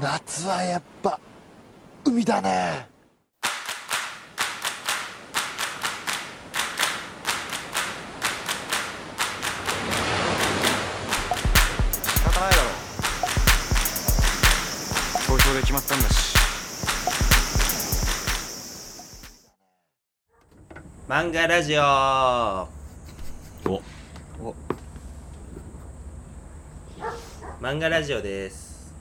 夏はやっぱ海だね仕方ないだろ投票で決まったんだし漫画ラジオお漫画ラジオです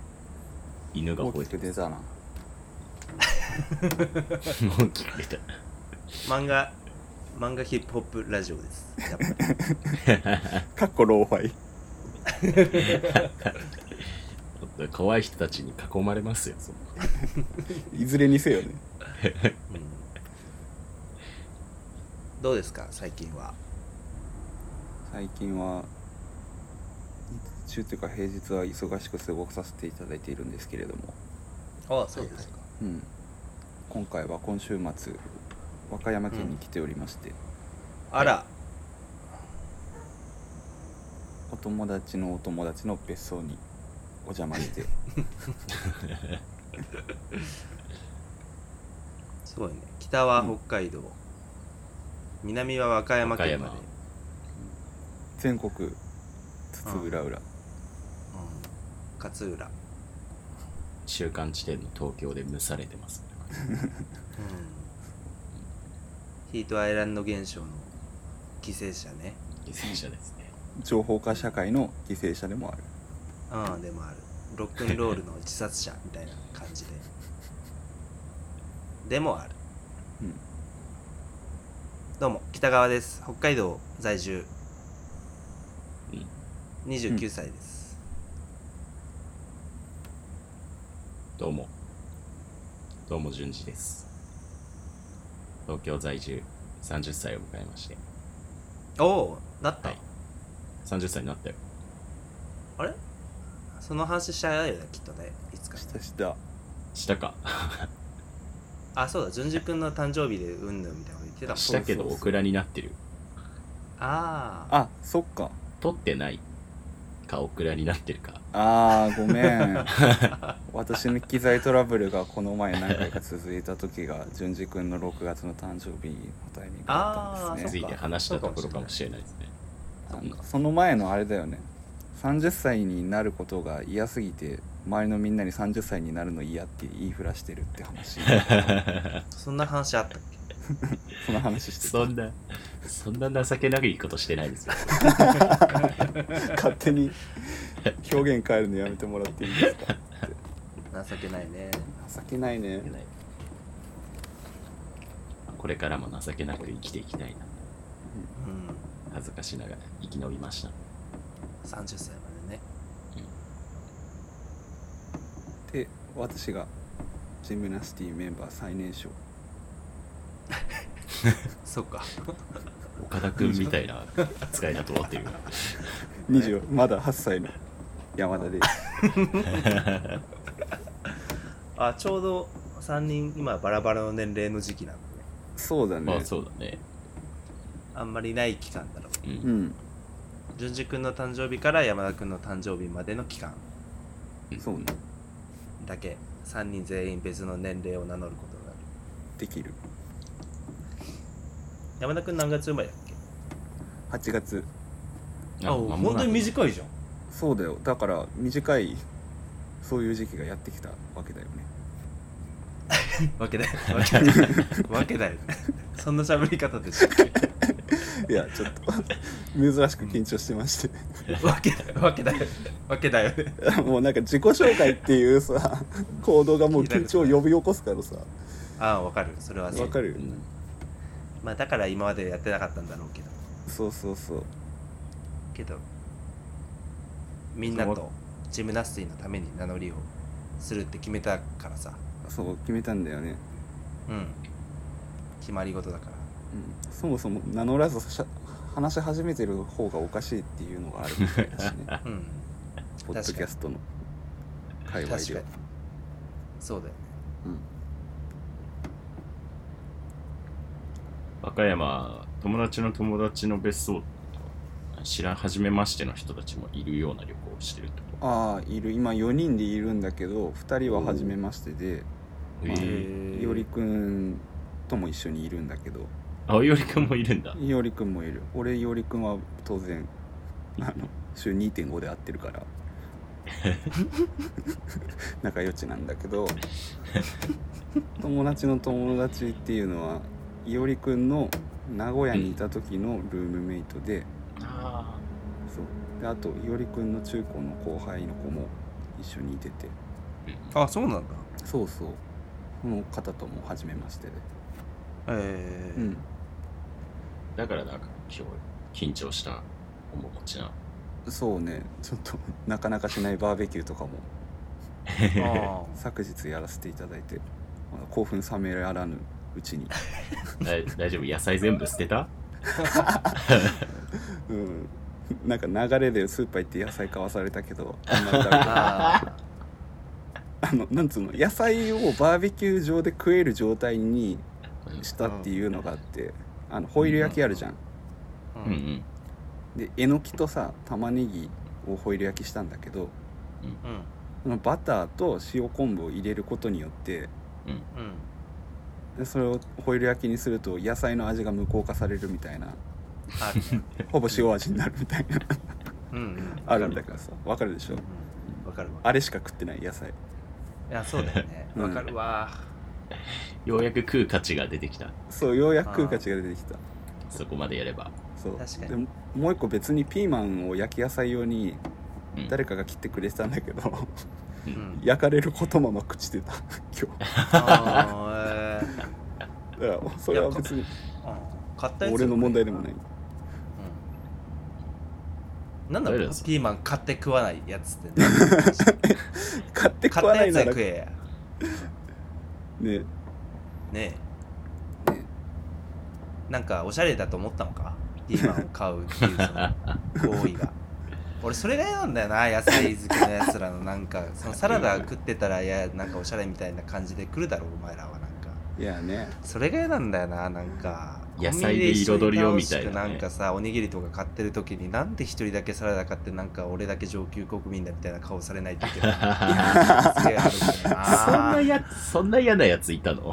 犬が大吠えきてく出たな大きく出た漫画漫画ヒップホップラジオですやっぱりかっこローファイ怖い人たちに囲まれますよそんないずれにせよねどうですか最近は最近は日中というか平日は忙しく過ごさせていただいているんですけれども、あそうですかうん、今回は今週末和歌山県に来ておりまして、あらお友達のお友達の別荘にお邪魔して すごいね北は北海道、南は和歌山県まで和歌全国津々浦々うん勝浦、中間地点の東京で蒸されてますヒートアイランド現象の犠牲者ね犠 牲者ですね情報化社会の犠牲者でもあるうんでもあるロックンロールの自殺者みたいな感じで でもあるうんどうも北川です北海道在住うん29歳です、どうもどうも順次です東京在住30歳を迎えましておおなった、はい30歳になったよあれその話したいよねきっとねいつか下下した かあそうだ淳二君の誕生日でうんぬんみたいなこと言ってたもんしたけどオクラになってるあああそっか取ってないかオクラになってるかあーごめん私の機材トラブルがこの前何回か続いた時が淳二君の6月の誕生日のタイミングだったんあで続すねそっいて話したところかもしれないですねなかんかその前のあれだよね30歳になることが嫌すぎて周りのみんなに30歳になるの嫌って言いふらしてるって話そんな話あったっけその話してそんなそんな情けないことしてないですよた勝手に表現変えるのやめてもらっていいですか情けないね情けないねこれからも情けなく生きていきたういなん恥ずかしながら生き延びました30歳までねで私がジムナスティメンバー最年少そう か岡田君みたいな使いだと思ってる20まだ8歳の山田ですあちょうど3人今バラバラの年齢の時期なんだねそうだね、まあそうだねあんまりない期間だろううん、うん淳二君の誕生日から山田君の誕生日までの期間そうねだけ3人全員別の年齢を名乗ることがあるできる山田君何月生まれだっ8月けあ間もなく短いじゃんそうだよだから短いそういう時期がやってきたわけだよねわけだよわけだよわけだよそんな喋り方でしいやちょっと珍しく緊張してまして ょわけだよわけだよわけだよねもうなんか自己紹介っていうさ行動がもう緊張を呼び起こすからさああわかるそれはそわうかるうんまあだから今までやってなかったんだろうけどそうそうそうけどみんなとジムナスティのために名乗りをするって決めたからさそう決めたんだよね、うん決まり事だからうん、そもそも名乗らずしゃ話し始めてる方がおかしいっていうのがあるみたいだし ねうんポッドキャストの界確隈かでにはそうだよねうん和歌山友達の友達の別荘知らん初めましての人たちもいるような旅行をしてるってこああいる今4人でいるんだけど2人は初めましてでとまあえいおりくんとも一緒にいるんだけどあおよりくんもいるんだいおりくんもいる俺いおりくんは当然あの週2.5で会ってる から仲良ちなんだけど友達の友達っていうのはいおりくんの名古屋にいた時のルームメイトで、あそうであといおりくんの中高の後輩の子も一緒にいててあそうなんだそうそうこの方とも初めましてでえーうんーだからなんか今日緊張した面持ちなそうねちょっと なかなかしないバーベキューとかもあ昨日やらせていただいてまだ興奮冷めやらぬうち にだ大丈夫野菜全部捨てたうんなんか流れでスーパー行って野菜買わされたけどあんまり 食べてなーいああのなんつうの野菜をバーベキュー場で食える状態にしたっていうのがあってあのホイル焼きあるじゃんーうんうんでえのきとさ玉ねぎをホイル焼きしたんだけどうんうんそのバターと塩昆布を入れることによってうんでそれをホイル焼きにすると野菜の味が無効化されるみた いなあるねほぼ塩味になるみたいなうんうん あるんだけどさわかるでしょうんわかるわあれしか食ってない野菜いやそうだよねうんわかるわようやく食う価値が出てきたそうようやく食う価値が出てきたそこまでやればそう確かにでももう一個別にピーマンを焼き野菜用にうん誰かが切ってくれてたんだけど うん焼かれることもまくしてた今あーえ日だからそれは別にーうん買ったやつ俺の問題でもないうんなんだろ誰うだそれピーマン買って食わないやつってね 買って食買っわたないやつなはら食ねえやねえなんかおしゃれだと思ったのかピーマンを買うっていうその行為 が俺それが嫌なんだよな野菜好きのやつらのなんかそのサラダ食ってたらいやなんかおしゃれみたいな感じで来るだろお前らはなんかいやねそれが嫌なんだよななんか野菜で彩りをみたコンビニで一緒に楽しくいなねなんかさおにぎりとか買ってる時になんで一人だけサラダ買ってなんか俺だけ上級国民だみたいな顔されないといけ ないすげえあるんだよなそんなやそんな嫌なやついたのい や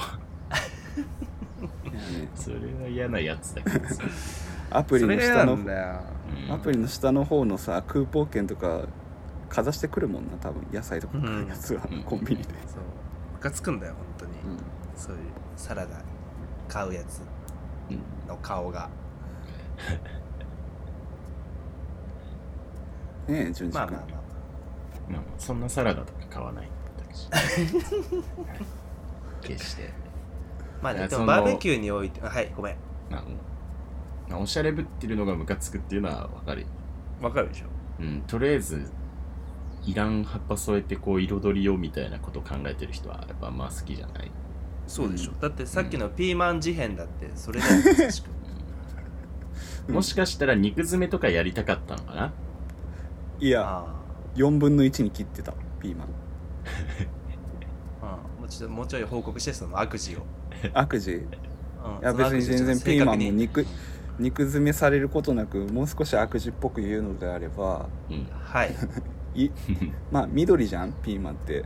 ねそれは嫌なやつだけどさ、アプリそれのが下嫌なのんだようんアプリの下の方のさクーポン券とかかざしてくるもんな多分野菜とか買うやつは、うんコンビニで、そうムカつくんだよ本当に、そういうサラダ買うやつうんの顔がねえ純次まあ君、まあまあまあ、そんなサラダとか買わない私決して、まあねいやでそものバーベキューにおいてあはいごめんまあうんまあ、おしゃれぶってるのがムカつくっていうのはわかるよわかるでしょうんとりあえずいらん葉っぱ添えてこう彩りをみたいなこと考えてる人はやっぱあんま好きじゃない、そうでしょ、うだってさっきのピーマン事変だってそれだよ確かうんもしかしたら肉詰めとかやりたかったのかないやあ4分の1に切ってたピーマンあ、うん、もうちょっともうちょい報告してその悪事を、悪 事うん、いやそ別の悪に事をち全ょっと然ピ正ーマ確ンにも肉肉詰めされることなくもう少し悪事っぽく言うのであれば うんはい、いまあ緑じゃんピーマンって、う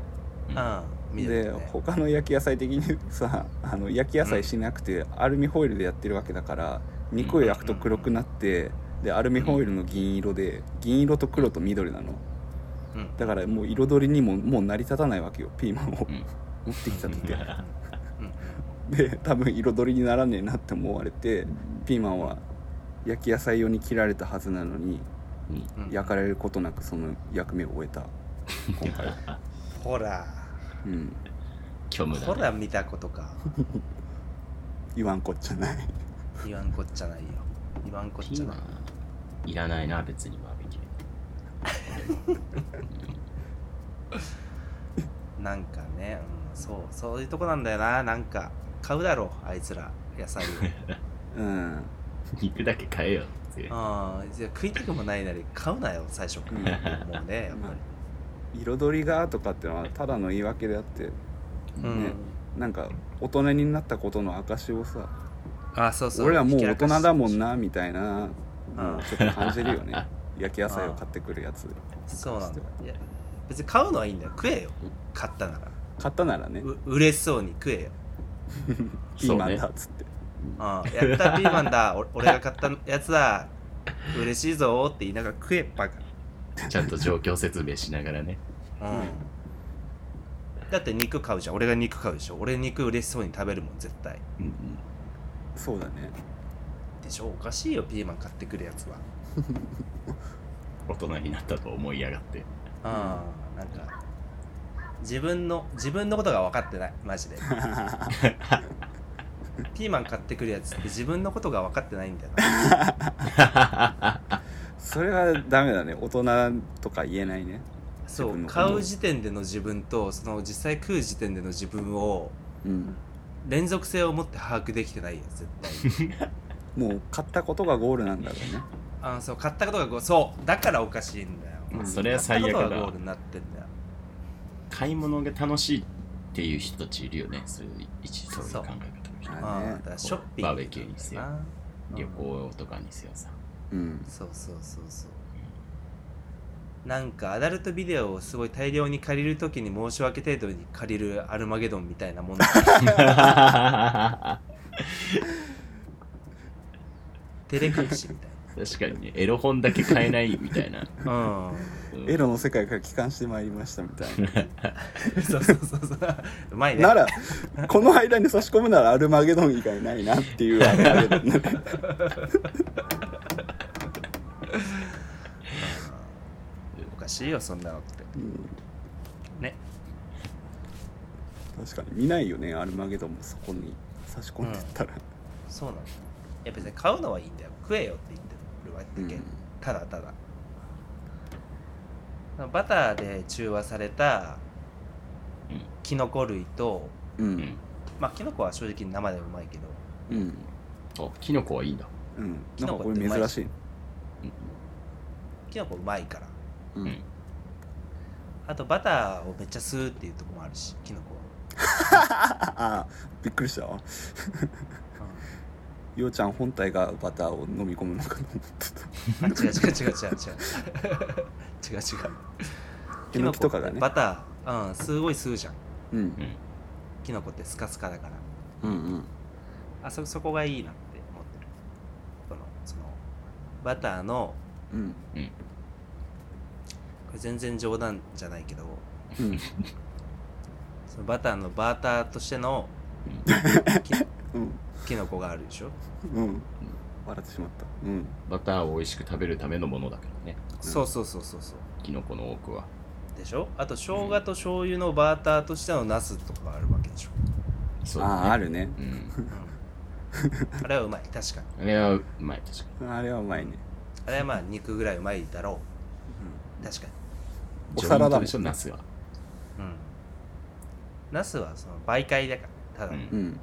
ん、緑でだね他の焼き野菜的にさ あの焼き野菜しなくて、アルミホイルでやってるわけだから肉を焼くと黒くなって、でアルミホイルの銀色で銀色と黒と緑なのうんだからもう彩りにももう成り立たないわけよピーマンを、うん持ってきた時は うんで多分彩りにならねえなって思われてピーマンは焼き野菜用に切られたはずなのにうんうん焼かれることなくその役目を終えた今回ほらうん虚無だ、ね、ほら見たことか言わんこっちゃない言わんこっちゃないよ言わんこっピちゃーマないンいらないな別にバーベ キューなんかね、うん、そうそういうとこなんだよななんか買うだろうあいつら野 菜をうん、肉だけ買えよっていうああじゃあ食いたくもないなり買うなよ最初からもうねやっぱり、彩りがとかってのはただの言い訳であってううんんなんか大人になったことの証をさあそうそう俺はもう大人だもんななみたいなもうちょっと感じるよ ね焼き野菜を買ってくるやつそうなんだよいや別に買うのはいいんだよ食えよ買ったなら買ったならねう売れそうに食えよピーマンだっつって、うん、やったピーマンだ お俺が買ったやつだ嬉しいぞーって言いながら食えバカ、ちゃんと状況説明しながらね。うんだって肉買うじゃん俺が肉買うでしょ俺肉嬉しそうに食べるもん絶対うんそうだねでしょおかしいよピーマン買ってくるやつはうん、大人になったと思いやがって。ああなんか自分の自分のことが分かってないマ ジでピーマン買ってくるやつって自分のことが分かってないんだよ なそれはダメだね大人とか言えないねそ自分うの買う時点での自分とその実際食う時点での自分をうん連続性を持って把握できてないよ絶対 にもう買ったことがゴールなんだろうねあそう買ったことがこうそうだからおかしいんだよ、うんそれは最悪だ買ったことがゴールになってんだよ買い物が楽しいっていう人たちいるよね。そういう、一そういう考え方の人。そうあねあだからショッピングバーベキューにせよだな旅行とかにせよさ。 うんそうそうそうそうなんかアダルトビデオをすごい大量に借りるときに申し訳程度に借りるアルマゲドンみたいな もんだ照れ隠しみたい確かにね、エロ本だけ買えないみたいな。なうん うんエロの世界から帰還してまいりましたみたい なそうそうそうそううまいねなら、この間に差し込むならアルマゲドン以外ないなっていうあれだけどねおかしいよそんなのって うんね確かに見ないよね、アルマゲドンもそこに差し込んでったら。そうなのいや別に買うのはいいんだよ食えよって言ってるわけ、うんただただバターで中和されたうんキノコ類とううんん。まあキノコは正直生でもうまいけどうん。あ、キノコはいいんだ。うん。キなんかノこコってれ珍しい。キノコうまいからううんん。あとバターをめっちゃ吸うっていうとこもあるしキノコああ、びっくりしたわ。は、ようちゃん本体がバターを飲み込むのかと思ってた。うん、あ違う違う違う違う違う違う違うえのきとかがねキノコってバターうんすごい吸うじゃんうん。キノコってスカスカだからうんうん。あそそこがいいなって思ってるそのそのバターのうん。これ全然冗談じゃないけどうん。そのバターのバーターとしての きうん。キノコがあるでしょうん。笑ってしまった。うん。バターを美味しく食べるためのものだからね。そうそうそうそうそうキノコの多くは。でしょあと生姜と醤油のバーターとしてのナスとかがあるわけでしょ、そうだあねあ、あるね。うん。うん あれはうまい確かにあれはうまい、確かあれはうまいね。あれはまあ肉ぐらいうまいだろう確かおに。皿だもんでしょ、ナスは。にうんナスはその媒介だからただ、うんうん。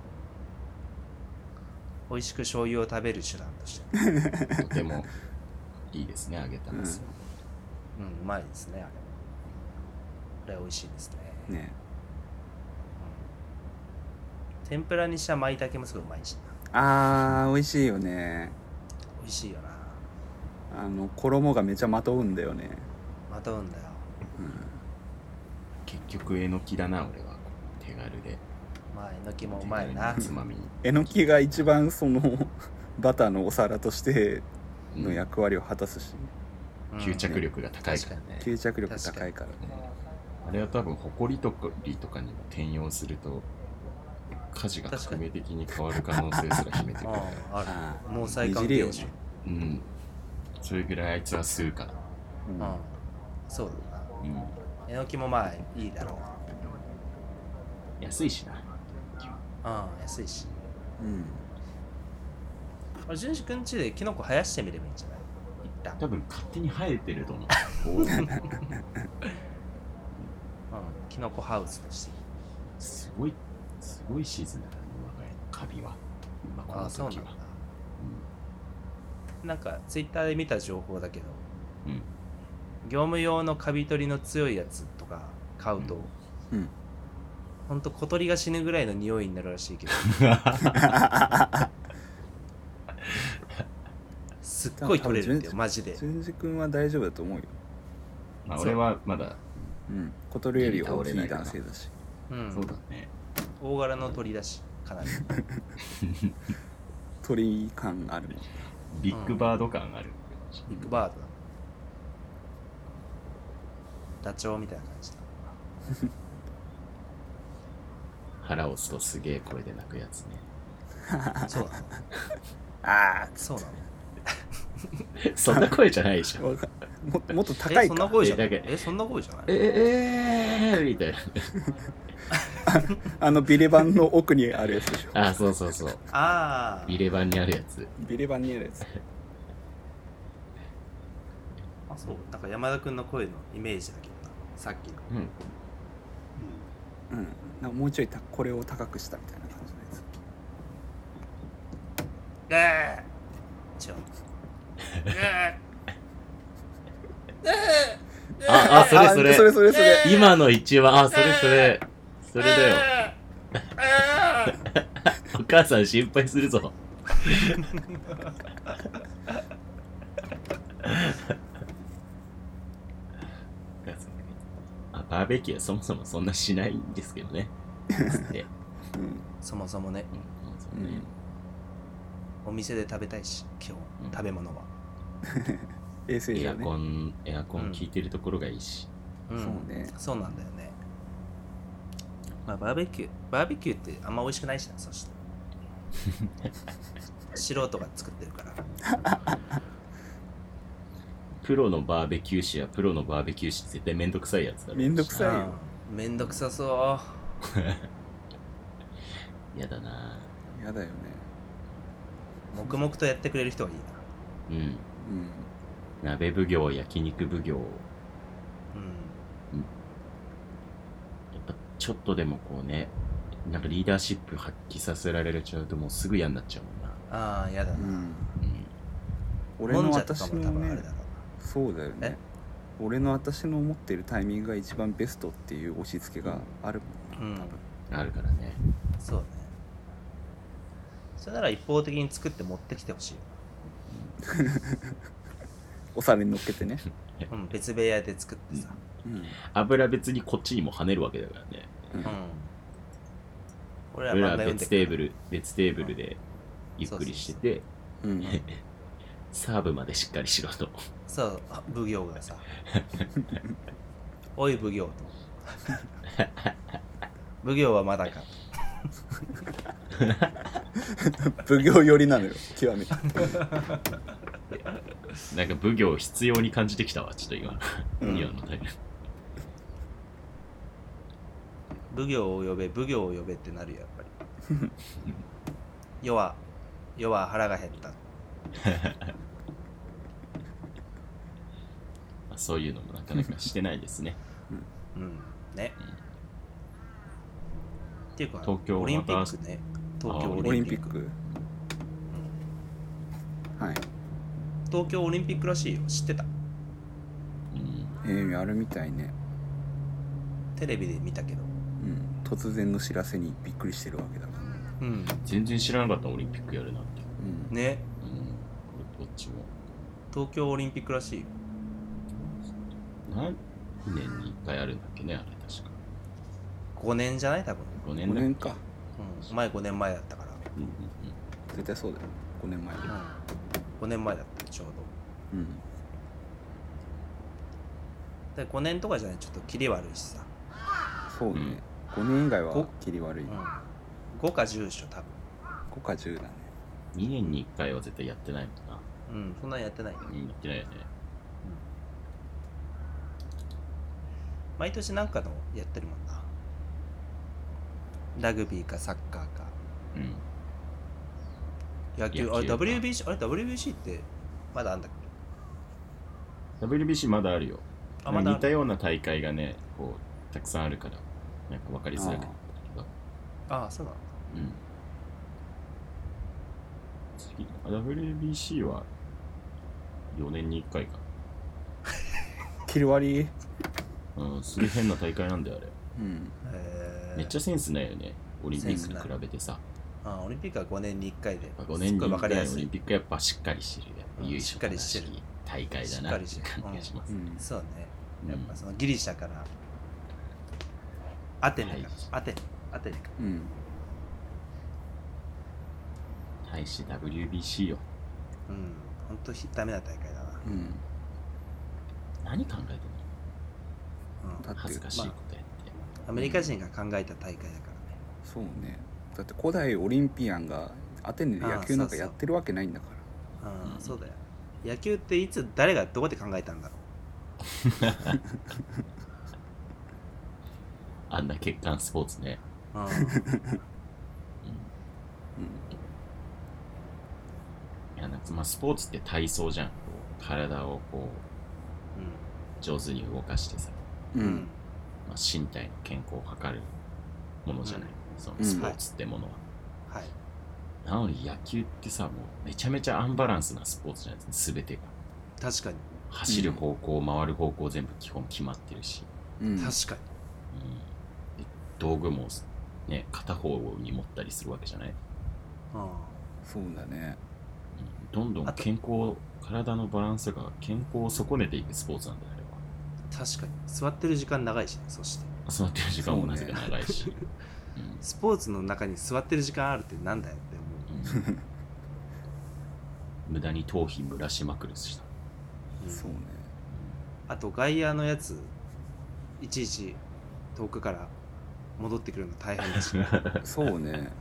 美味しく醤油を食べる手段としてとてもいいですね、揚げたナス。うんうまいですねあれはあれは美味しいですねね天ぷらにした舞茸もすごいうまいしなあー、美味しいよね。美味しいよなあの衣がめちゃまとうんだよね、まとうんだよ結局、えのきだな、俺は。手軽で。まあえのきもうまいな 手軽につまみに。えのきが一番そのバターのお皿としてのうん役割を果たすし、うん吸着力が高いからね。吸着力高いからあれは多分、ほこりとかりとかにも転用すると、火事が革命的に変わる可能性すら秘めてくるあから。ああるああ毛細管ねじれよ現ね象、うん。それぐらいあいつは吸うから。うんうんそうだなうん。えのきもまあいいだろう安いしな。うん安いしうんあれ淳くんちでキノコ生やしてみればいいんじゃない一旦多分勝手に生えてると思うう。んキノコハウスとしてすごい、すごいシーズンだからね、我が家のカビは。今こあのあそうなん時だは。なんかツイッターで見た情報だけどうん。業務用のカビ取りの強いやつとか買うと、うんほんと小鳥が死ぬぐらいの匂いになるらしいけどすっごい取れるんだよ多分マジで淳二君は大丈夫だと思うよ、まあそう俺はまだうん、小鳥より大き倒れないいかな男性だしうそうんだね大柄の鳥だしかなり鳥感あるもんビッグバード感ある、ビッグバードだダチョウみたいな感じだ腹を押すとすげえ声で泣くやつねそうなのあそうなの そんな声じゃないじゃんあも もっと高えいそんなか声じゃないえだけえそんな声じゃない ええー、みたいあのビレバンの奥にあるやつで しょなあそうそうそうああビレバンにあるやつビレバンにあるやつあそうなんか山田君の声のイメージだけどなさっきのうんうんなんかもうちょいたこれを高くしたみたいな感じのやつええ違うえああそれそれあそれそれそれ今の一番あそれそれそれだよお母さん心配するぞ お母さんあバーベキューはそもそもそんなしないんですけどねつってーそもそもねうんそうねお店で食べたいし基本うん食べ物は衛生じエゃアねコンエアコン効いてるところがいいし、うんそうねそうなんだよねまあバーベキューバーベキューってあんま美味しくないしなそして 素人が作ってるからプロのバーベキュー師はプロのバーベキュー師絶対めんどくさいやつだろうしめんどくさいようんめんどくさそやだなやだよねう黙々とやってくれる人がいいなうんうん鍋奉行焼肉奉行うんやっぱちょっとでもこうねなんかリーダーシップ発揮させられちゃうともうすぐ嫌になっちゃうもんなああやだな、うんうん俺のもんじゃとか私も多の分あねれだろそうだよね俺の私の思ってるタイミングが一番ベストっていう押し付けがあるうなうんあるからねそうねそれなら一方的に作って持ってきてほしいよお皿に乗っけてね、うん、別部屋で作ってさ、うん油別にこっちにも跳ねるわけだからねうん俺ら俺漫画ら読ん別でテーブるル別テーブルでゆっくりしててうん、サーブまでしっかりしろと そうあ奉行がさおい奉行と奉行はまだか奉行寄りなのよ極めてなんか奉行必要に感じてきたわちょっと今、うん今のタイム奉行を呼べ奉行を呼べってなるよやっぱり 世は世は腹が減ったまあそういうのもなかなかしてないですねうんねっていうか東京オリンピックね東京オオリリンンピピッッククはい東京オリンピックらしいよ知ってたうんえー、あるみたいね、テレビで見たけどうん、突然の知らせにびっくりしてるわけだから、うん全然知らなかったオリンピックやるなんてうんねうんこっちも東京オリンピックらしいよ何年に1回あるんだっけねあれ確か5年じゃない多分、 5年5だっ年かうん、前5年前だったから、け、うんうんうん絶対そうだよ5年前うん、5年前だったちょううんどで5年とかじゃないちょっとキリ悪いしさ、そうね、5年以外は切り悪い、う5ん、5か10でしょ多分か10だね2年に1回は絶対やってないもんな。うんそんなんやってないようん、やってないよね。毎年なんかのやってるもんなラグビーかサッカーかうん。野球野球かあれ WBC あれ WBC ってまだあんだっけ WBC まだあるよ。あまだある似たような大会がね、こう、たくさんあるから、なんか分かりづらくなったけど。ああそうなのうん。次、あ WBC は4年に1回か。切り悪いうん、すげえ変な大会なんだよ、あれ。うん えーめっちゃセンスないよね、オリンピックセンスとない比べてさ。あオリンピックは5年に1回で、 5年すっにごい分か1りや回オすリいン。ピックはやっぱしっかりしてる。やっぱうん優しっかりしてる勝大会だなっていう感じがします。うんそうね。うんやっぱそのギリシャから、アテネから、はいアテネ、アテネか。うん対して WBC よ。うん、本当ひダメな大会だな。うん何考えてんのうんだって恥ずかしいことやって。アメリカ人が考えた大会だからね。そうねだって古代オリンピアンがアテネで野球なんかやってるわけないんだからうんうんそうだよ。野球っていつ、誰がどこで考えたんだろあんな欠陥スポーツね。う。 うん、いやなんかまあ、スポーツって体操じゃん。こう体をこう上手に動かしてさ、ううん、んまあ、身体の健康を図るものじゃない。そのうんスポーツってものは。はい。なのに野球ってさ、もうめちゃめちゃアンバランスなスポーツじゃないですか、全てが。確かに、走る方向、回る方向全部基本決まってるし。うん確かに。うんで道具もね、片方に持ったりするわけじゃない。うそうだねうんどんどあんと健康、体のバランスが健康を損ねていくスポーツなんだよ、あれは。ん、確かに。座ってる時間長いしね、そして。座ってる時間もなぜか長いし。スポーツの中に座ってる時間あるってなんだよって思うんうん無駄に頭皮蒸らしまくるしさ。う。うんそうねあと外野のやついちいち遠くから戻ってくるの大変 だしそうね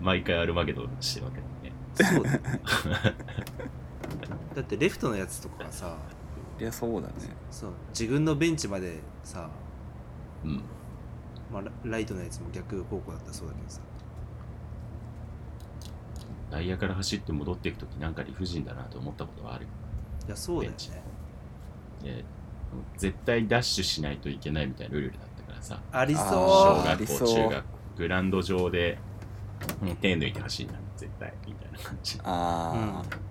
毎回アルマゲドンしてるわけだもんね。そうだよねだってレフトのやつとかがさいやそうだねそう自分のベンチまでさ、うん。まあラ、ライトのやつも逆方向だったそうだけどさ外野から走って戻っていくときなんか理不尽だなと思ったことはある。いやそうだよねベンチで絶対ダッシュしないといけないみたいなルールだったからさ。ありあー小そあ学り校、そう中学校、グラウンド上で、もう手抜いて走るなんて絶対、みたいな感じ。ああ、なんかこ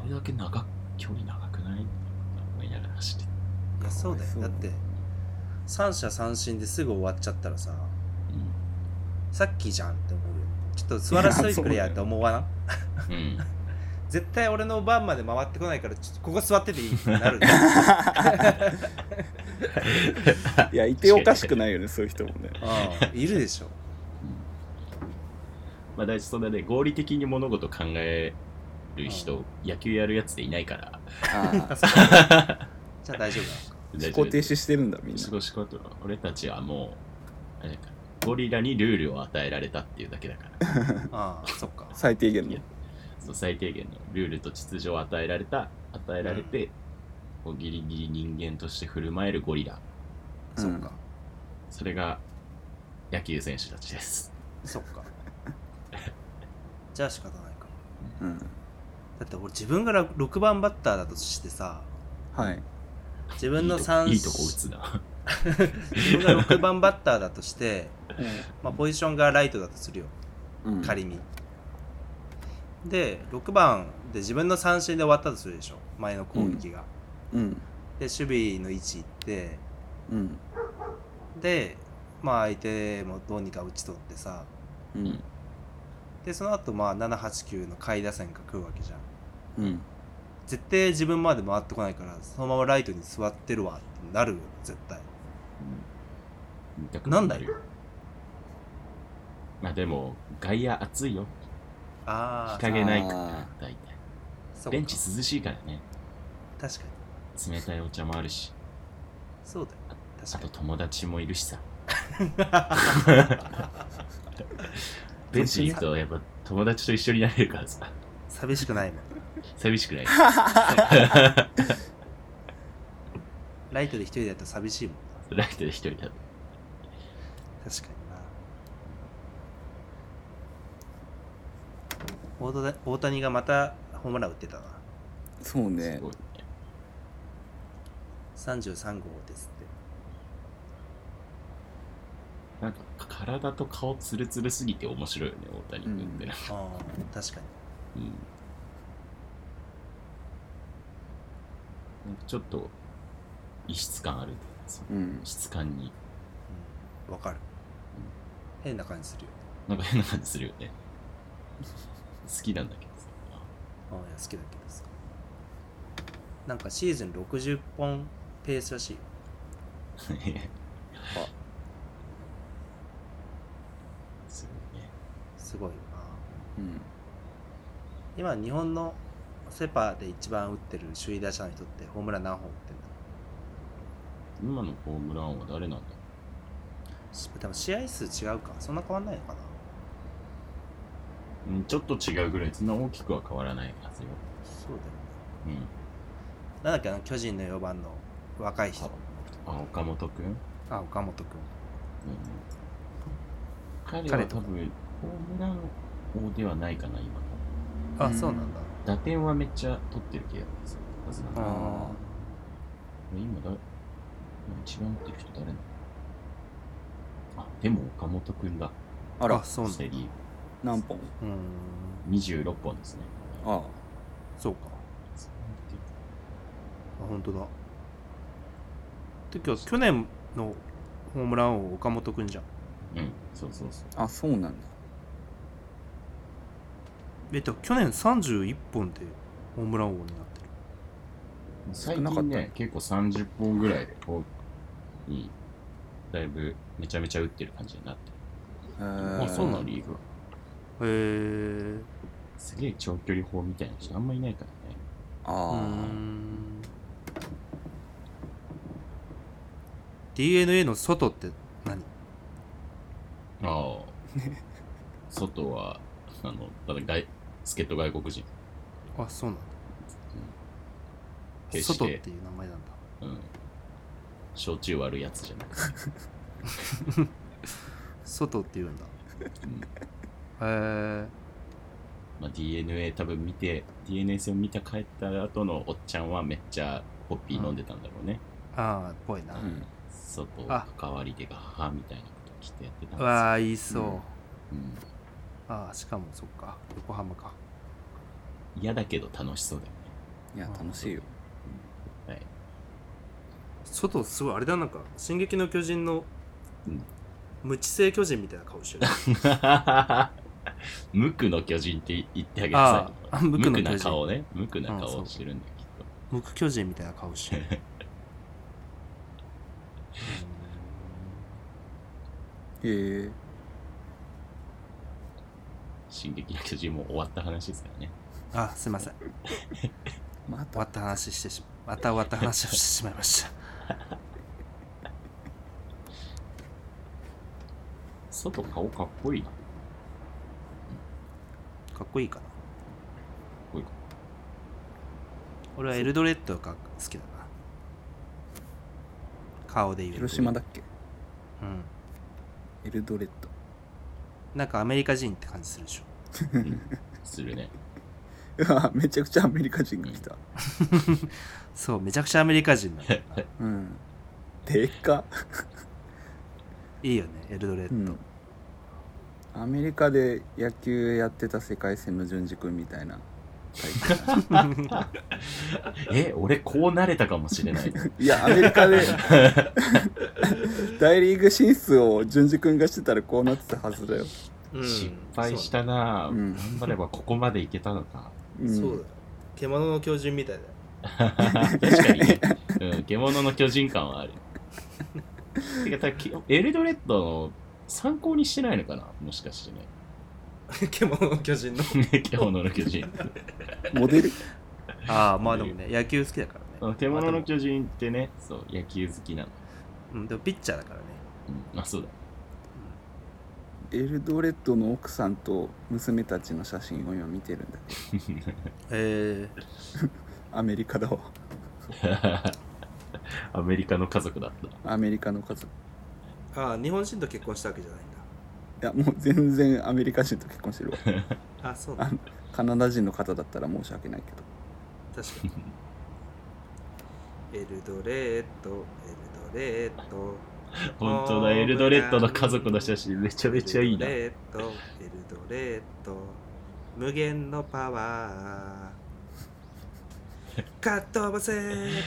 うあれだけ長く距離長くないって思いながら走ってた。ういやそうだよかわいだっそうて三者三振ですぐ終わっちゃったらささっきじゃんって思うよちょっと座らせといてくれやって思わなうん。うん。絶対俺の番まで回ってこないからちょっとここ座ってていいってなる いやいておかしくないよねそういう人もねうんいるでし ょまあ大事そうだね、合理的に物事考える人、野球やるやつでいないから、 ああじゃあ大丈夫だ大思丈考夫停止してるんだみんすなごい仕事だ俺たちはもう、あれだから、ゴリラにルールを与えられたっていうだけだから、ああそっか最低限のそう最低限のルールと秩序を与えられた、与えられて、こうギリギリ人間として振る舞えるゴリラ、そっかそれが野球選手たちです。そっかじゃあ仕方ないかうん、うん、だって俺自分が6番バッターだとしてさはい自分のいいと三いいとこ打つな。自分が6番バッターだとして、まあ、ポジションがライトだとするようん仮に、で6番で自分の三振で終わったとするでしょ前の攻撃が、うんで守備の位置行ってうんでまあ相手もどうにか打ち取ってさうんでその後まあ789の下位打線が来るわけじゃんうん絶対自分まで回ってこないからそのままライトに座ってるわってなるよ絶対見たくなんだるよまあでも、外野暑いよ。あ日あ陰ないかあら、大体。そうベかンチ涼しいからね。確かに冷たいお茶もあるし、そうだよあと確か友達もいるしさ。ベンチに行くと、やっぱ友達と一緒になれるからさ、 に寂しくないもん寂しく ない。ライトで一人だと寂しいもんライトで一人だと。確かにな大谷大谷がまたホームラン打ってたなそうすねごいね。 33号ですってなんか、体と顔ツルツルすぎて面白いよね、大谷君ってな。ああ確かにうんなんかちょっと異質感あるんだよねそのうん質感にうんわかる。変な感じするよねなんか変な感じするよね。好きなんだ けどさ。ああいや好きだけどさなんかシーズン60本ペースらしいよすごいね。すごいよなうん今日本のセ・パで一番打ってる首位打者の人ってホームラン何本打ってんだろ今のホームランは誰なんだうしでも試合数違うかそんな変わんないのかなうん、ちょっと違うぐらい、そんな大きくは変わらないはずよ。そうだよねうん。なんだっけあの巨人の4番の若い人あ、岡本くんうん。あ岡本君彼彼はと多か分、ホームラン王ではないかな、今の。あ、うんそうなんだ打点はめっちゃ取ってる気がするはずなんだ。あ今だ、一番打ってる人誰なのあ、でも岡本くんだ。あらそうなんセだリー何本うーんグ26本ですね。あそうかあ本当だてか去年のホームラン王岡本君じゃんうん、そうそうそう。ああそうなんだえっと去年31本でホームラン王になってる最少近なかっね、結構30本ぐらいで、こう、いい。だいぶ、めちゃめちゃ打ってる感じになってえる。ーあそうなんだリーグは。へえすげえ長距離砲みたいな人あんまいないからね。うーあん DNA の外って何ああ。 外は、あの、ただ外、助っ人外国人。あそうなんだ決し、外ってていう名前なんだうん。焼酎割るやつじゃなくて。外って言うんだうんへえまあ、DNA 多分見て DNA 戦を見た帰った後のおっちゃんはめっちゃホッピー飲んでたんだろうね、ああっぽいな、あうん外あ関わり手が母みたいなこと着てやってたんうでわあ言いそう、うんすよ、うんああしかもそっか横浜か嫌だけど楽しそうだよいや楽しいよねはい外すごいあれだなんか「進撃の巨人」のうん無知性巨人みたいな顔してる 無垢の巨人って言ってあげあなあさい。無無垢の巨人垢な顔ね。無垢なうんそ顔うをしてるんだよ、きっと。無垢巨人みたいな顔してるうーんへえ進撃の巨人も終わった話ですからね。あすいませんま終わたった話してしままた終わった話をしてしまいました外顔かっこいいな。かかっこいいかなっこいいか俺はエルドレッドが好きだな顔で言うと広島だっけうんエルドレッド なんかアメリカ人って感じするでしょする ね。うわめちゃくちゃアメリカ人が来たそうめちゃくちゃアメリカ人なんだよなうんでかっいいよねエルドレッうド、んアメリカで野球やってた世界線の淳二君みたい なタイプだえ、俺こうなれたかもしれない。いやアメリカで 大リーグ進出を淳二君がしてたらこうなってたはずだよ、失敗したな、ぁうん頑張ればここまでいけたのかうん、よ獣の狂人みたいだよ 確かにね、うん、獣の巨人感はあるてかただきエルドレッドの参考にしてないのかなもしかしてね獣の巨人の 獣の巨人モデルああまあでもね野球好きだからねあの獣の巨人ってねそう野球好きなの、うんでもピッチャーだからねうん、あそうだエルドレッドの奥さんと娘たちの写真を今見てるんだけどええアメリカだわ アメリカの家族だったアメリカの家族ああ日本人と結婚したわけじゃないいんやもう全然アメリカ人と結婚してる わだあそうあのカナダ人の方だったら申し訳ないけど確か にエルドレッドエルドレッド本当だエルドレッドの家族の写真めちゃめちゃいいなエルドレッドエルドレッド無限のパワーかっ飛ばせ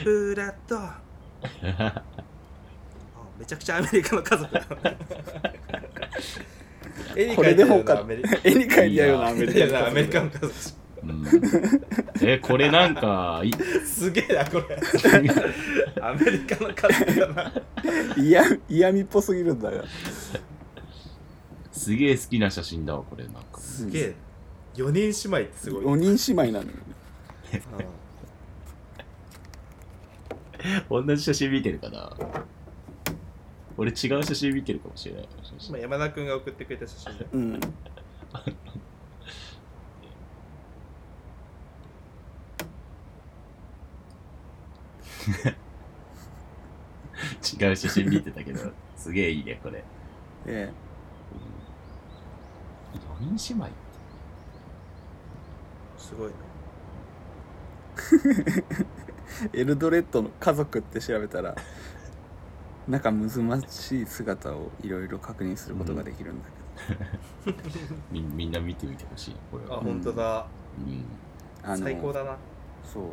ブラッド あめちゃくちゃアメリカの家族だ絵にこ描れいてでるもよかなアメリカ 絵に描いてあるようなアメリカいやアメリカン家族うん、え、これなんか、いすげえなこれアメリカの家族だな嫌嫌味っぽすぎるんだよすげえ好きな写真だわ、これなんか。すすげえ4人姉妹ってすごい、う4人姉妹なのよん同じ写真見てるかな俺違う写真見てるかもしれない。もしかしたまらあ、山田君が送ってくれた写真でうん違う写真見てたけど、すげえいいね、これ。え4人姉妹すごいなえエルドレッドの家族って調べたら仲むずましい姿をいろいろ確認することができるんだけど、みみんな見てみてほしい、これあは。本当だ、うん、あの最高だなそう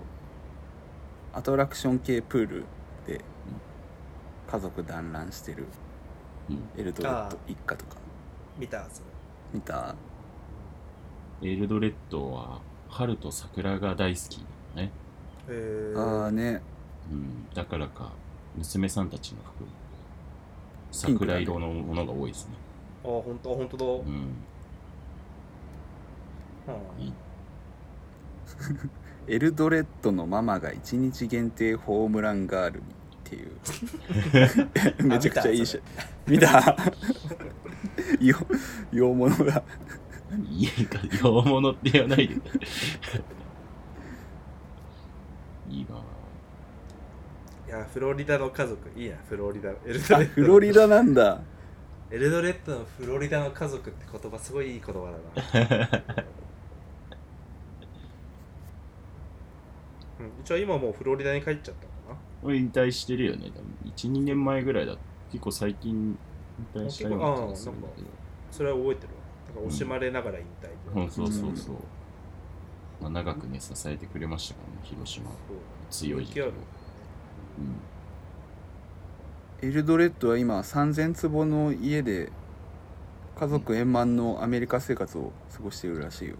アトラクション系プールで家族団らんしてるうんエルドレッド一家とか見たそれ見たエルドレッドは、春と桜が大好きだよね。えー、ああねうん、だからか、娘さんたちの服も、ピンクだ桜ね色のものが多いですね。あ本当本当だ、うん、うんいいエルドレッドのママが1日限定ホームランガールにっていう めちゃくちゃいいし見た よ洋物が何家か洋物って言わないで いいなぁいやフロリダの家族いいなフロリダエルドあレッドフロリダなんだエルドレッドのフロリダの家族って言葉すごいいい言葉だ なうん一応今もうフロリダに帰っちゃったのかこれ引退してるよね多分12年前ぐらいだ結構最近引退したような気がするんだけどなそれは覚えてるわなんか惜しまれながら引退みたういんなそうそうそう、まあ、長くね支えてくれましたからね広島強い時期人気をあるうんエルドレッドは今3000坪の家で家族円満のアメリカ生活を過ごしているらしいよ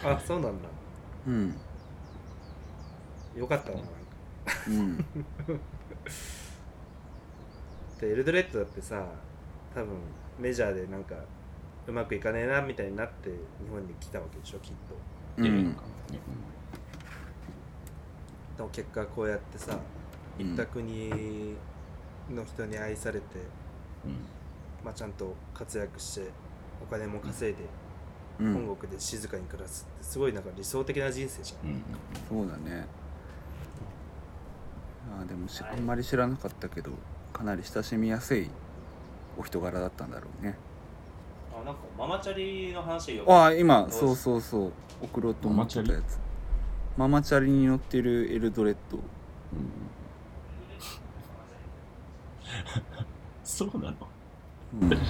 そうあそうなんだうんよかったななんかうんでエルドレッドだってさ多分メジャーでなんかうまくいかねえなみたいになって日本に来たわけでしょきっとう出るのんかなねでも結果こうやってさ行った国の人に愛されて、うんまあ、ちゃんと活躍してお金も稼いでうん本国で静かに暮らすってすごいなんか理想的な人生じゃん、うんうそんうだねあーでもしあんまり知らなかったけどかなり親しみやすいお人柄だったんだろうねあなんかママチャリの話よああ今そうそうそう送ろうと思ってたマやつママチャリに乗ってるエルドレッドうんそうなの うん、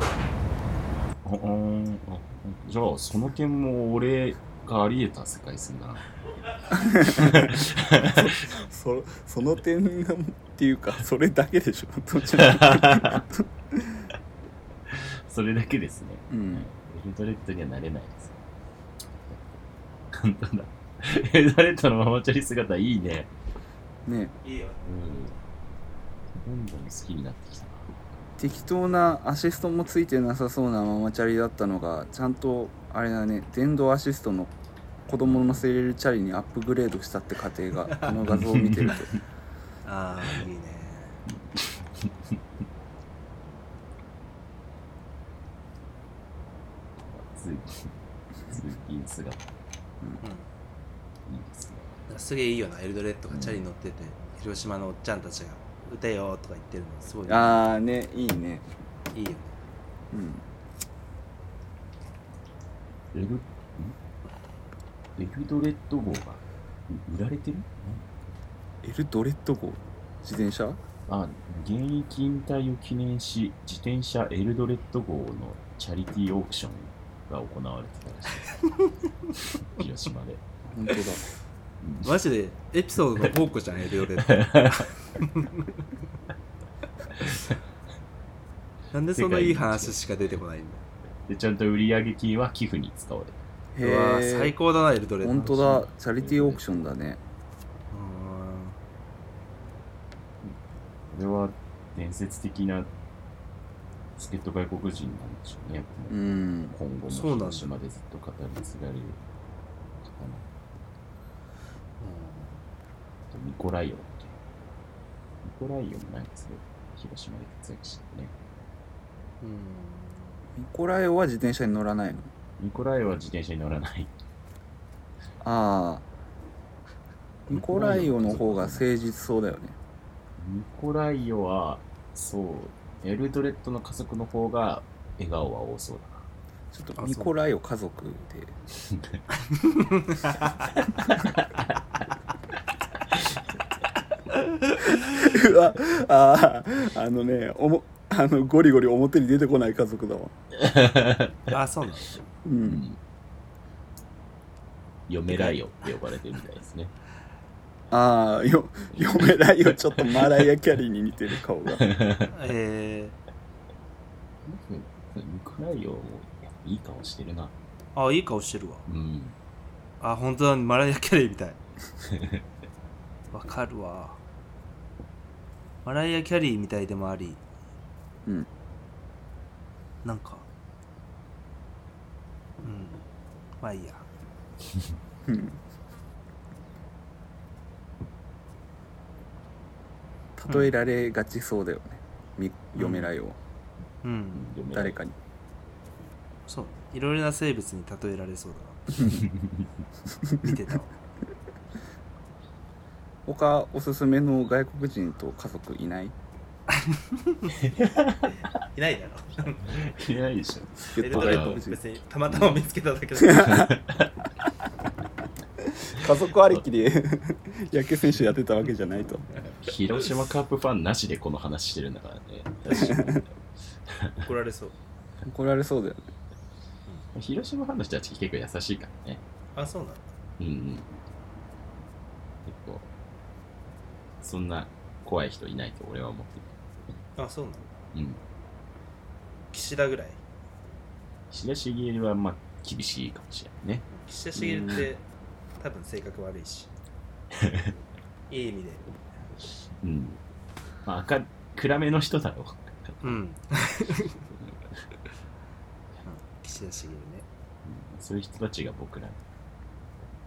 ああーあじゃあその点も俺があり得た世界線だなそその点がっていうかそれだけでしょどっ ちも それだけですね、うんエルドレッドにはなれないです簡単だエルドレッドのママチャリ姿いいねねいいようんどんどん好きになってきたな適当なアシストもついてなさそうなママチャリだったのがちゃんとあれだね電動アシストの子供の乗せれるチャリにアップグレードしたって過程 がこの画像を見てるとああいいね通勤通勤姿いいですねうんすげえいいよなエルドレッドがチャリ乗ってて、広島のおっちゃんたちが「歌えよ」とか言ってるのすごいねああねいいねいいよねうんエルんエルドレッド号が売られてるエルドレッド号自転車あ、現役引退を記念し、自転車エルドレッド号のチャリティーオークションが行われてたらしい。広島で。本当だマジでエ ピソードの宝庫じゃんエルドレッドなんでそのいい話しか出てこないんだで、ちゃんと売上金は寄付に使われへ る。うわー最え高だなエルドレッド本当だチャリティーオークションだねうこれは伝説的な助っ人外国人なんでしょうね。うん今後もそうなんだ広島でずっと語り継がれる方なあとミコライオンだっけミコライオンもなんかすごい広島で活躍してたね。んうんミコライオは自転車に乗らないのミコライオンは自転車に乗らない。ああミコライオの方が誠実そうだよねミコライオは、そう、エルドレッドの家族の方が笑顔は多そうちょっとミコライオ家族でうわあああのねおもあのゴリゴリ表に出てこない家族だわだな。あそうなんだううんん。嫁ライオって呼ばれてるみたいですね。ああよ嫁ライオちょっとマライア・キャリーに似てる顔がえミコライオもいい顔してるな。ー、あいい顔してるわうん。あ本当だマライア・キャリーみたい わかるわマライア・キャリーみたいでもありうんなんかうんまあいいやうん例えられがちそうだよねみ嫁ライオはうん嫁ライ誰オかにそういろいろな生物に例えられそ うだな見てたわ他おすすめの外国人と家族いないいないだろいないでしょ。ゲットエルドレ外ッド国人にたまたま見つけただけだ家族ありきで 野球選手やってたわけじゃないと広島カープファンなしでこの話してるんだからね。確 かに怒られそう怒られそうだよね広島ファンの人たち結構優しいからね。あそうなんだうんうん。結構、そんな怖い人いないと俺は思ってあそうなんだる。うん。岸田ぐらい岸田茂はまあ厳しいかもしれないね。岸田茂って多分性格悪い しいい意味でうん。まあ赤、暗めの人だろうん岸田茂ねう、うんそういう人たちが僕らの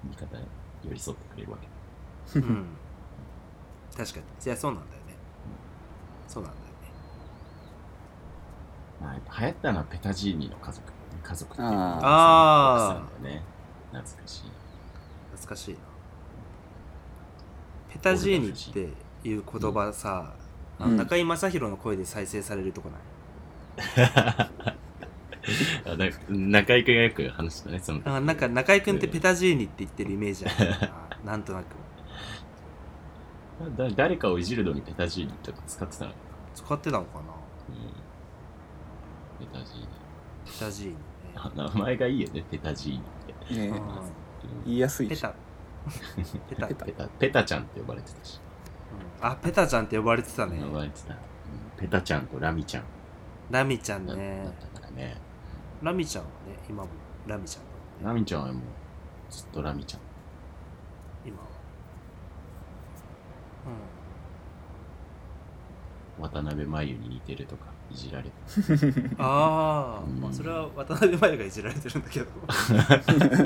味方に寄り添ってくれるわけ。うん確かにいやそうなんだよねそうなんだよねまあ、やっぱ流行ったのはペタジーニの家族。家族っていうかああー奥さんだよね。懐かしい。懐かしいなペタジーニっていう言葉さ、うんあの中居正広の声で再生されるとこない、あな中居君がよく話したね、その時あなんか中居君ってペタジーニって言ってるイメージあるななんとなくだ誰かをいじるのにペタジーニとか使ってたの、使ってたのかなうん、ペタジーニ。ペタジーニねあ名前がいいよね、ペタジーニって。ねうん言いやすいペしタペタ、ペうんタペタペタちゃんって呼ばれてたし。あペタちゃんって呼ばれてたね呼ばれてた。うんペタちゃんとラミちゃんラミちゃんだ,、ねったからね。ラミちゃんはね今もラミちゃんラミちゃんはもうずっとラミちゃん。今は渡辺真由に似てるとかいじられてうん、あうんー、まあそれは渡辺麻友がいじられてるんだけどた。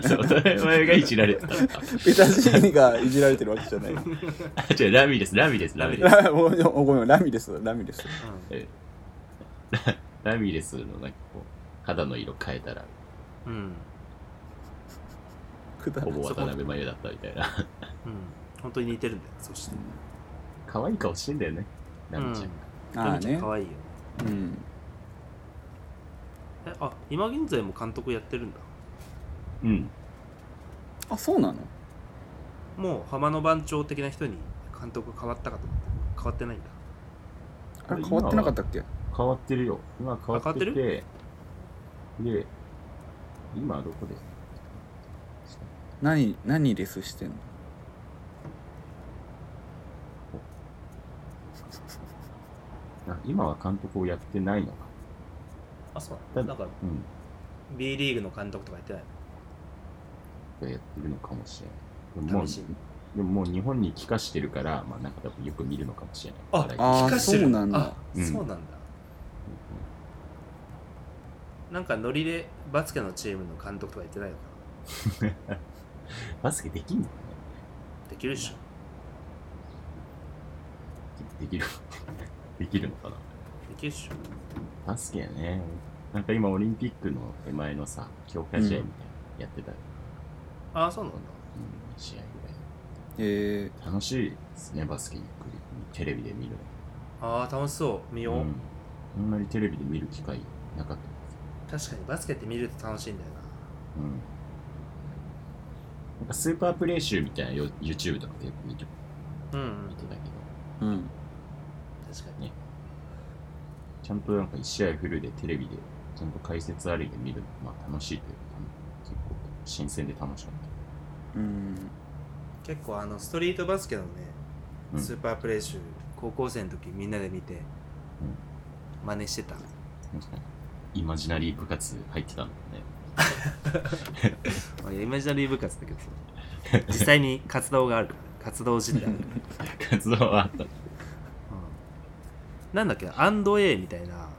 そう渡辺真由がいじられてた。ペタジーニがいじられてるわけじゃないあ、 違う、ラミです、ラミです、ラミです。ラ もうごめんラミですラミですラミレスのなんかこう、肌の色変えたら、うん、うんくだらほんぼ渡辺真由だったみたいな。 うん、本当に似てるんだよ、そして。可愛い顔してんだよね、ラミちゃんが。ああねかわいいよね。うんえ、あ、今現在も監督やってるんだ。うん。あそうなのもう浜の番長的な人に監督変わったかと思って変わってないんだ。あれ変わってなかったっけ変わってるよ。今変わってて、あ変で、今どこで何何レスしてんのあ今は監督をやってないのか。あそうなんだからうん B リーグの監督とかやってないやってるのかもしれない。でももう楽しいでももう日本に帰化してるから、まあなんか多分よく見るのかもしれない。あ働いてるあ聞ーかしてるそうなんだあうんそうなんだなんかノリでバスケのチームの監督とかやってないのかバスケできんのかねなできるでしょできる できるのかなできるでしょバスケやね。なんか今オリンピックの手前のさ、強化試合みたいなのやってた、うんああそうなんだ試合ぐらえー、い。楽しいですね、バスケゆっくり。テレビで見るああ楽しそう見よの。う、うん。あんまりテレビで見る機会なかったです。確かにバスケって見ると楽しいんだよなうん。なんかスーパープレイ集みたいなよ YouTube とか結構見てうん、見てたけど、うん確かにちゃんとなんか1試合フルでテレビで、ちゃんと解説ありで見るのまあ楽しいというか、結構新鮮で楽しかっうん結構あのストリートバスケのね、うんスーパープレイ集高校生の時みんなで見て、真似してたた。なんかイマジナリー部活入ってたんだね。あいやイマジナリー部活だけどさ実際に活動があるから活動自体あるから、うん活動はあった。なんだっけアンド A みたいな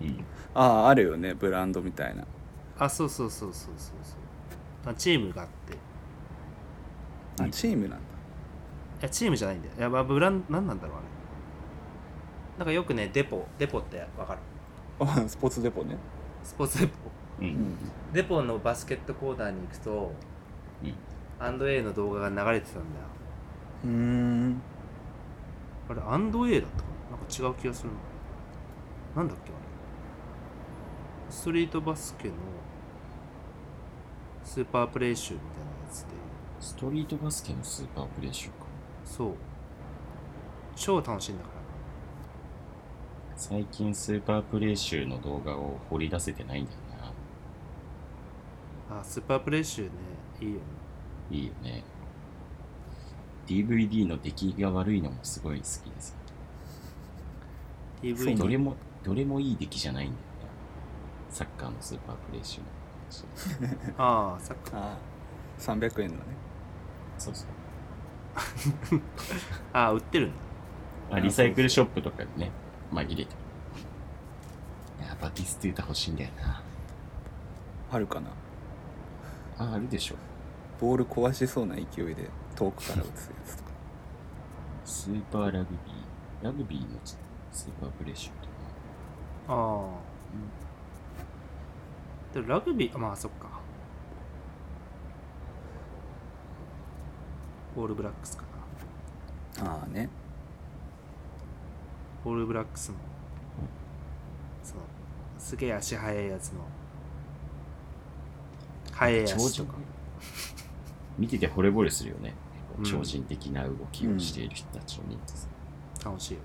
うん。あああるよねブランドみたいなあそうそうそうそうそうそうあチームがあっていあうんチームなんだやチームじゃないんだよいや、まあ、ブラン何なんだろうあれなんかよくねデポデポってわかるあスポーツデポねスポーツデポうん。デポのバスケットコーナーに行くと、うんアンド A の動画が流れてたんだようんあれアンド A だったかななんか違う気がするななんだっけあれストリートバスケのスーパープレイ集みたいなやつでストリートバスケのスーパープレイ集か。そう超楽しいんだか最近スーパープレイ集の動画を掘り出せてないんだよな。らあスーパープレイ集ねいいよねいいよね。DVD の出来が悪いのもすごい好きです。 DV どのれも、どれもいい出来じゃないんだよね。サッカーのスーパープレイ集の話。ああサッカーああ300円のねそうそう。ああ売ってるんだあ、リサイクルショップとかでね、紛れてる。いや、バティストゥータ欲しいんだよな。あるかなあ、あるでしょ。ボール壊しそうな勢いで遠くから打つやつとかスーパーラグビー。ラグビーのスーパープレイ集とか。ああ、でもラグビーあまあそっかオールブラックスかなああねオールブラックスのそのすげえ足速いやつの速い足とか見てて惚れ惚れするよねうん。超人的な動きをしている人たちを見てさ、楽しいよ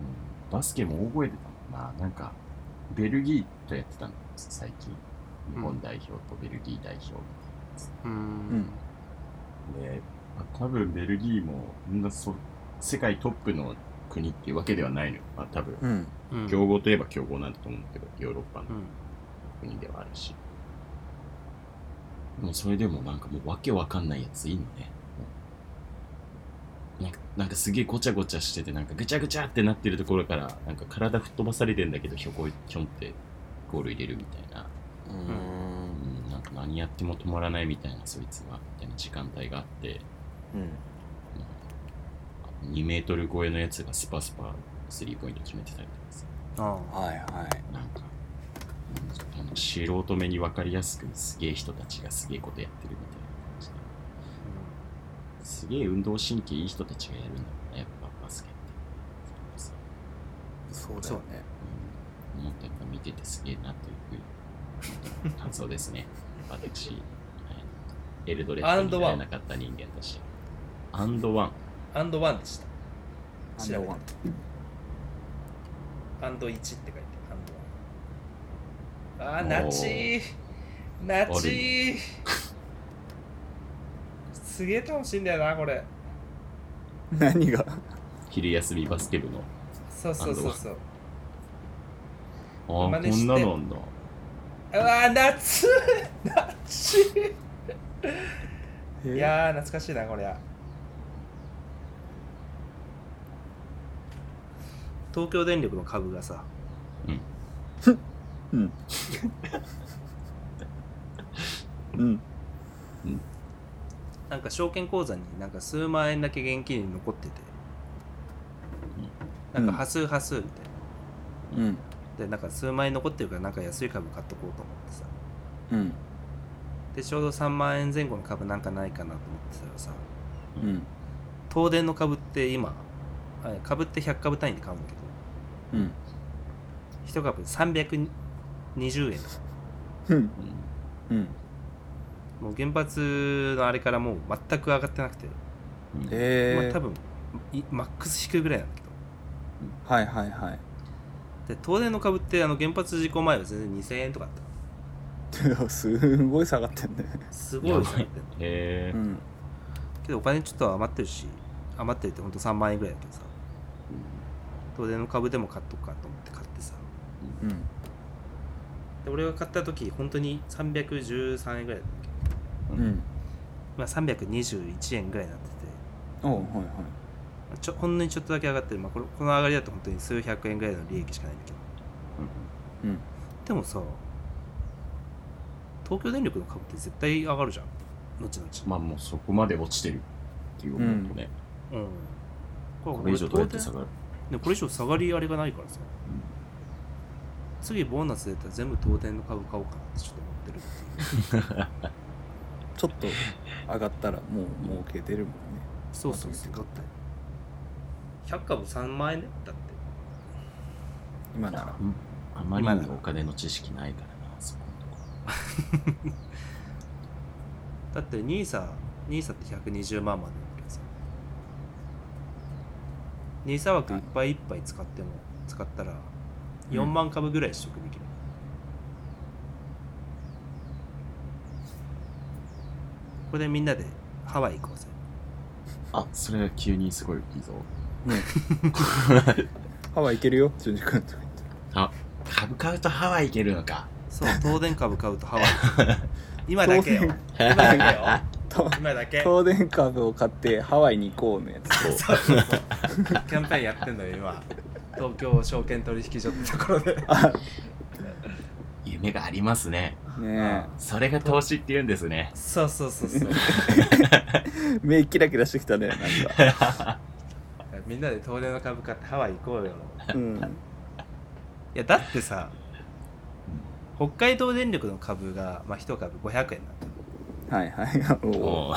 うんバスケも大声でたもんな。なんか、ベルギーとやってたんです、最近。日本代表とベルギー代表。うーんうんで、まあ多分ベルギーも、そんなそ世界トップの国っていうわけではないのよ。まあ、多分、うんうんうん強豪といえば強豪なんだと思うんだけど、ヨーロッパの国ではあるし。もうそれでもなんかもうわけわかんないやついいのね。なんかなんかすげえごちゃごちゃしてて、なんかぐちゃぐちゃってなってるところから、なんか体吹っ飛ばされてんだけど、ひょこいひょんってゴール入れるみたいな。うん、なんか何やっても止まらないみたいな、そいつが、みたいな時間帯があって、うんうん2メートル超えのやつがスパスパスリーポイント決めてたりとかさ。ああはいはいなんか、うんあの素人目に分かりやすくすげえ人たちがすげえことやってるみたいな感じですげえ運動神経いい人たちがやるんだろうな、やっぱバスケって。そうだそうよねうん、思ったやっぱ見ててすげえなというふうに感想ですね。私、はいエルドレッドになれなかった人間として。アンドワン。アンドワンでしたアン調ダべたーワンアンド1って書いてアンドワンああおーナチーナチーすげえ楽しいんだよなこれ何が昼休みバスケ部の。そうそうそうそうあー真似こしてんなのあんだうわー夏夏いやー懐かしいなこりゃ東京電力の株がさうんうんなんか証券口座になんか数万円だけ現金に残っててなんか波数波数みたいな、うんでなんか数万円残ってるからなんか安い株買っとこうと思ってさうんでちょうど3万円前後の株なんかないかなと思ってたらさうん東電の株って今あ株って100株単位で買うんだけどうん1株320円うんうんうんもう原発のあれからもう全く上がってなくて、うんえまあ、ー多分いマックス引くぐらいなんだけはいはいはいどで東電の株ってあの原発事故前は全然2000円とかあったてかすごい下 がってんねすごい下がってんのへえうんけどお金ちょっと余ってるし余ってるってほんと3万円ぐらいだけどさ東電の株でも買っとくかと思って買ってさうんで俺が買った時本当に313円ぐらいだったっけうんまあ321円ぐらいになってておうはいはいちょほんのにちょっとだけ上がってる、まあ、これこの上がりだと本当に数百円ぐらいの利益しかないんだけどうんでもさ東京電力の株って絶対上がるじゃん後々、まあもうそこまで落ちてるっていう思うとね、うんこれ以上どうやって下ががるるこれ以上下がりあれがないからさ、ん次ボーナス出たら全部東電の株買おうかなってちょっと思ってるっていうちょっと上がったらもう儲けてるもんねそうそうそうだって100株3万円だよだって今ならうんあまりにお金の知識ないからなそこのとこだって NISA, NISA って120万までだけどさ NISA 枠いっぱいいっぱい使っても使ったら4万株ぐらい取得できる、これでみんなでハワイ行こうぜあそれは急にすごいいいぞねハワイ行けるよ淳二君とか言ってあ株買うとハワイ行けるのかそう東電株買うとハワイ今だけよ今だけよと今だけ 東電株を買ってハワイに行こうのやつと キャンペーンやってんのよ今東京証券取引所ってところで夢がありますねねそれが投資って言うんですねそうそうそうそうえ目キラキラしてきたねなんか、みんなで東電の株買ってハワイ行こうようん、いやだってさ北海道電力の株が、まあ、1株500円なったはいはい おおおう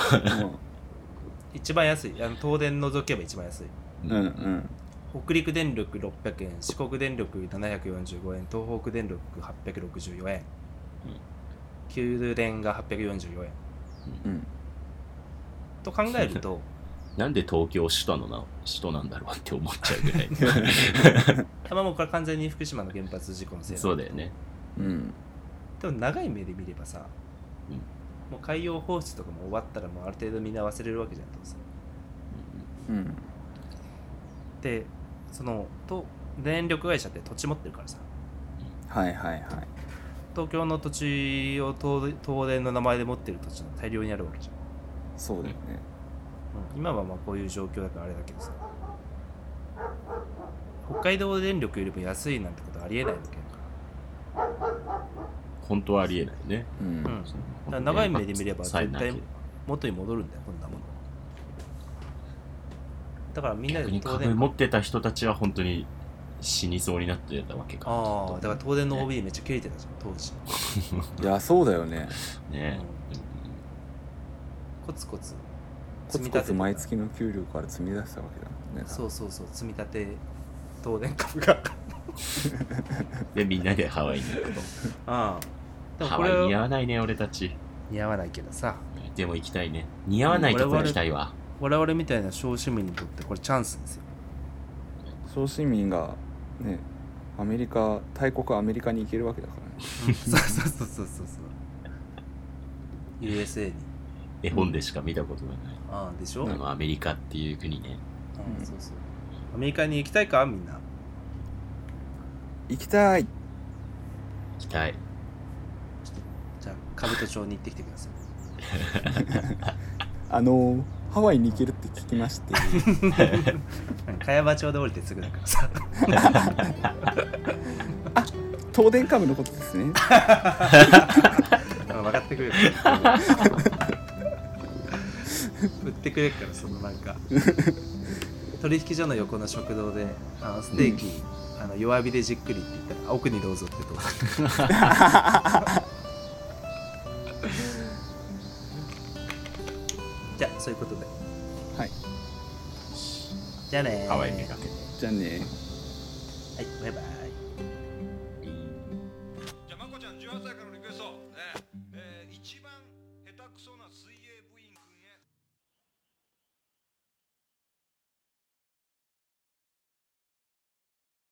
一番安いあの東電除けば一番安いうんうん北陸電力600円四国電力745円東北電力864円、うん九電が844円うんと考える となんで東京首都なの首都なんだろうって思っちゃうぐら いあまあもうこれ完全に福島の原発事故のせいなんだけどそうだよねうんでも長い目で見ればさ、うんもう海洋放出とかも終わったらもうある程度みんな忘れるわけじゃんどうせうんでそのと電力会社って土地持ってるからさはいはいはい東京の土地を東東電の名前で持ってる土地が大量にあるわけじゃん、そうだよねうん今はまあこういう状況だからあれだけどさ北海道電力よりも安いなんてことありえないわけだか本当はありえないねうら、うんん、だから長い目で見れば絶対に元に戻るんだよこんなものだからみんなで逆に東株電持ってた人たちは本当に死にそうになってたわけかああきっとだから東電の OB めっちゃ切れてたじゃん当時、いやそうだよねねコツコツコツコツ毎て月の給料から積み出したわけだもんねたそうそうそう積み立て東電株がでみんなでハワイに行くああとでもハこれワイ似合はわないね俺たち似合わないけどさでも行きたいね似合わないとこ行きたいわ我々みたいな小市民にとってこれチャンスですよ小市民がねアメリカ大国アメリカに行けるわけだからねそうそうそうそうそうそう USA に絵本でしか見たことがないああでしょ、ううんんでもアメリカっていう国ねそうそうアメリカに行きたいかみんな行きたい期待じゃあ兜町に行ってきてくださいあのーハワイに行けるって聞きま して茅場町で降りてすぐだからさ東電カムのことですね分かってくれる売ってくれるからそのなんか取引所の横の食堂であのステーキ、あの弱火でじっくりって言ったらあ奥にどうぞってとじゃあそういうことではいじゃあねーハワイめがけてじゃあねはいバイバイ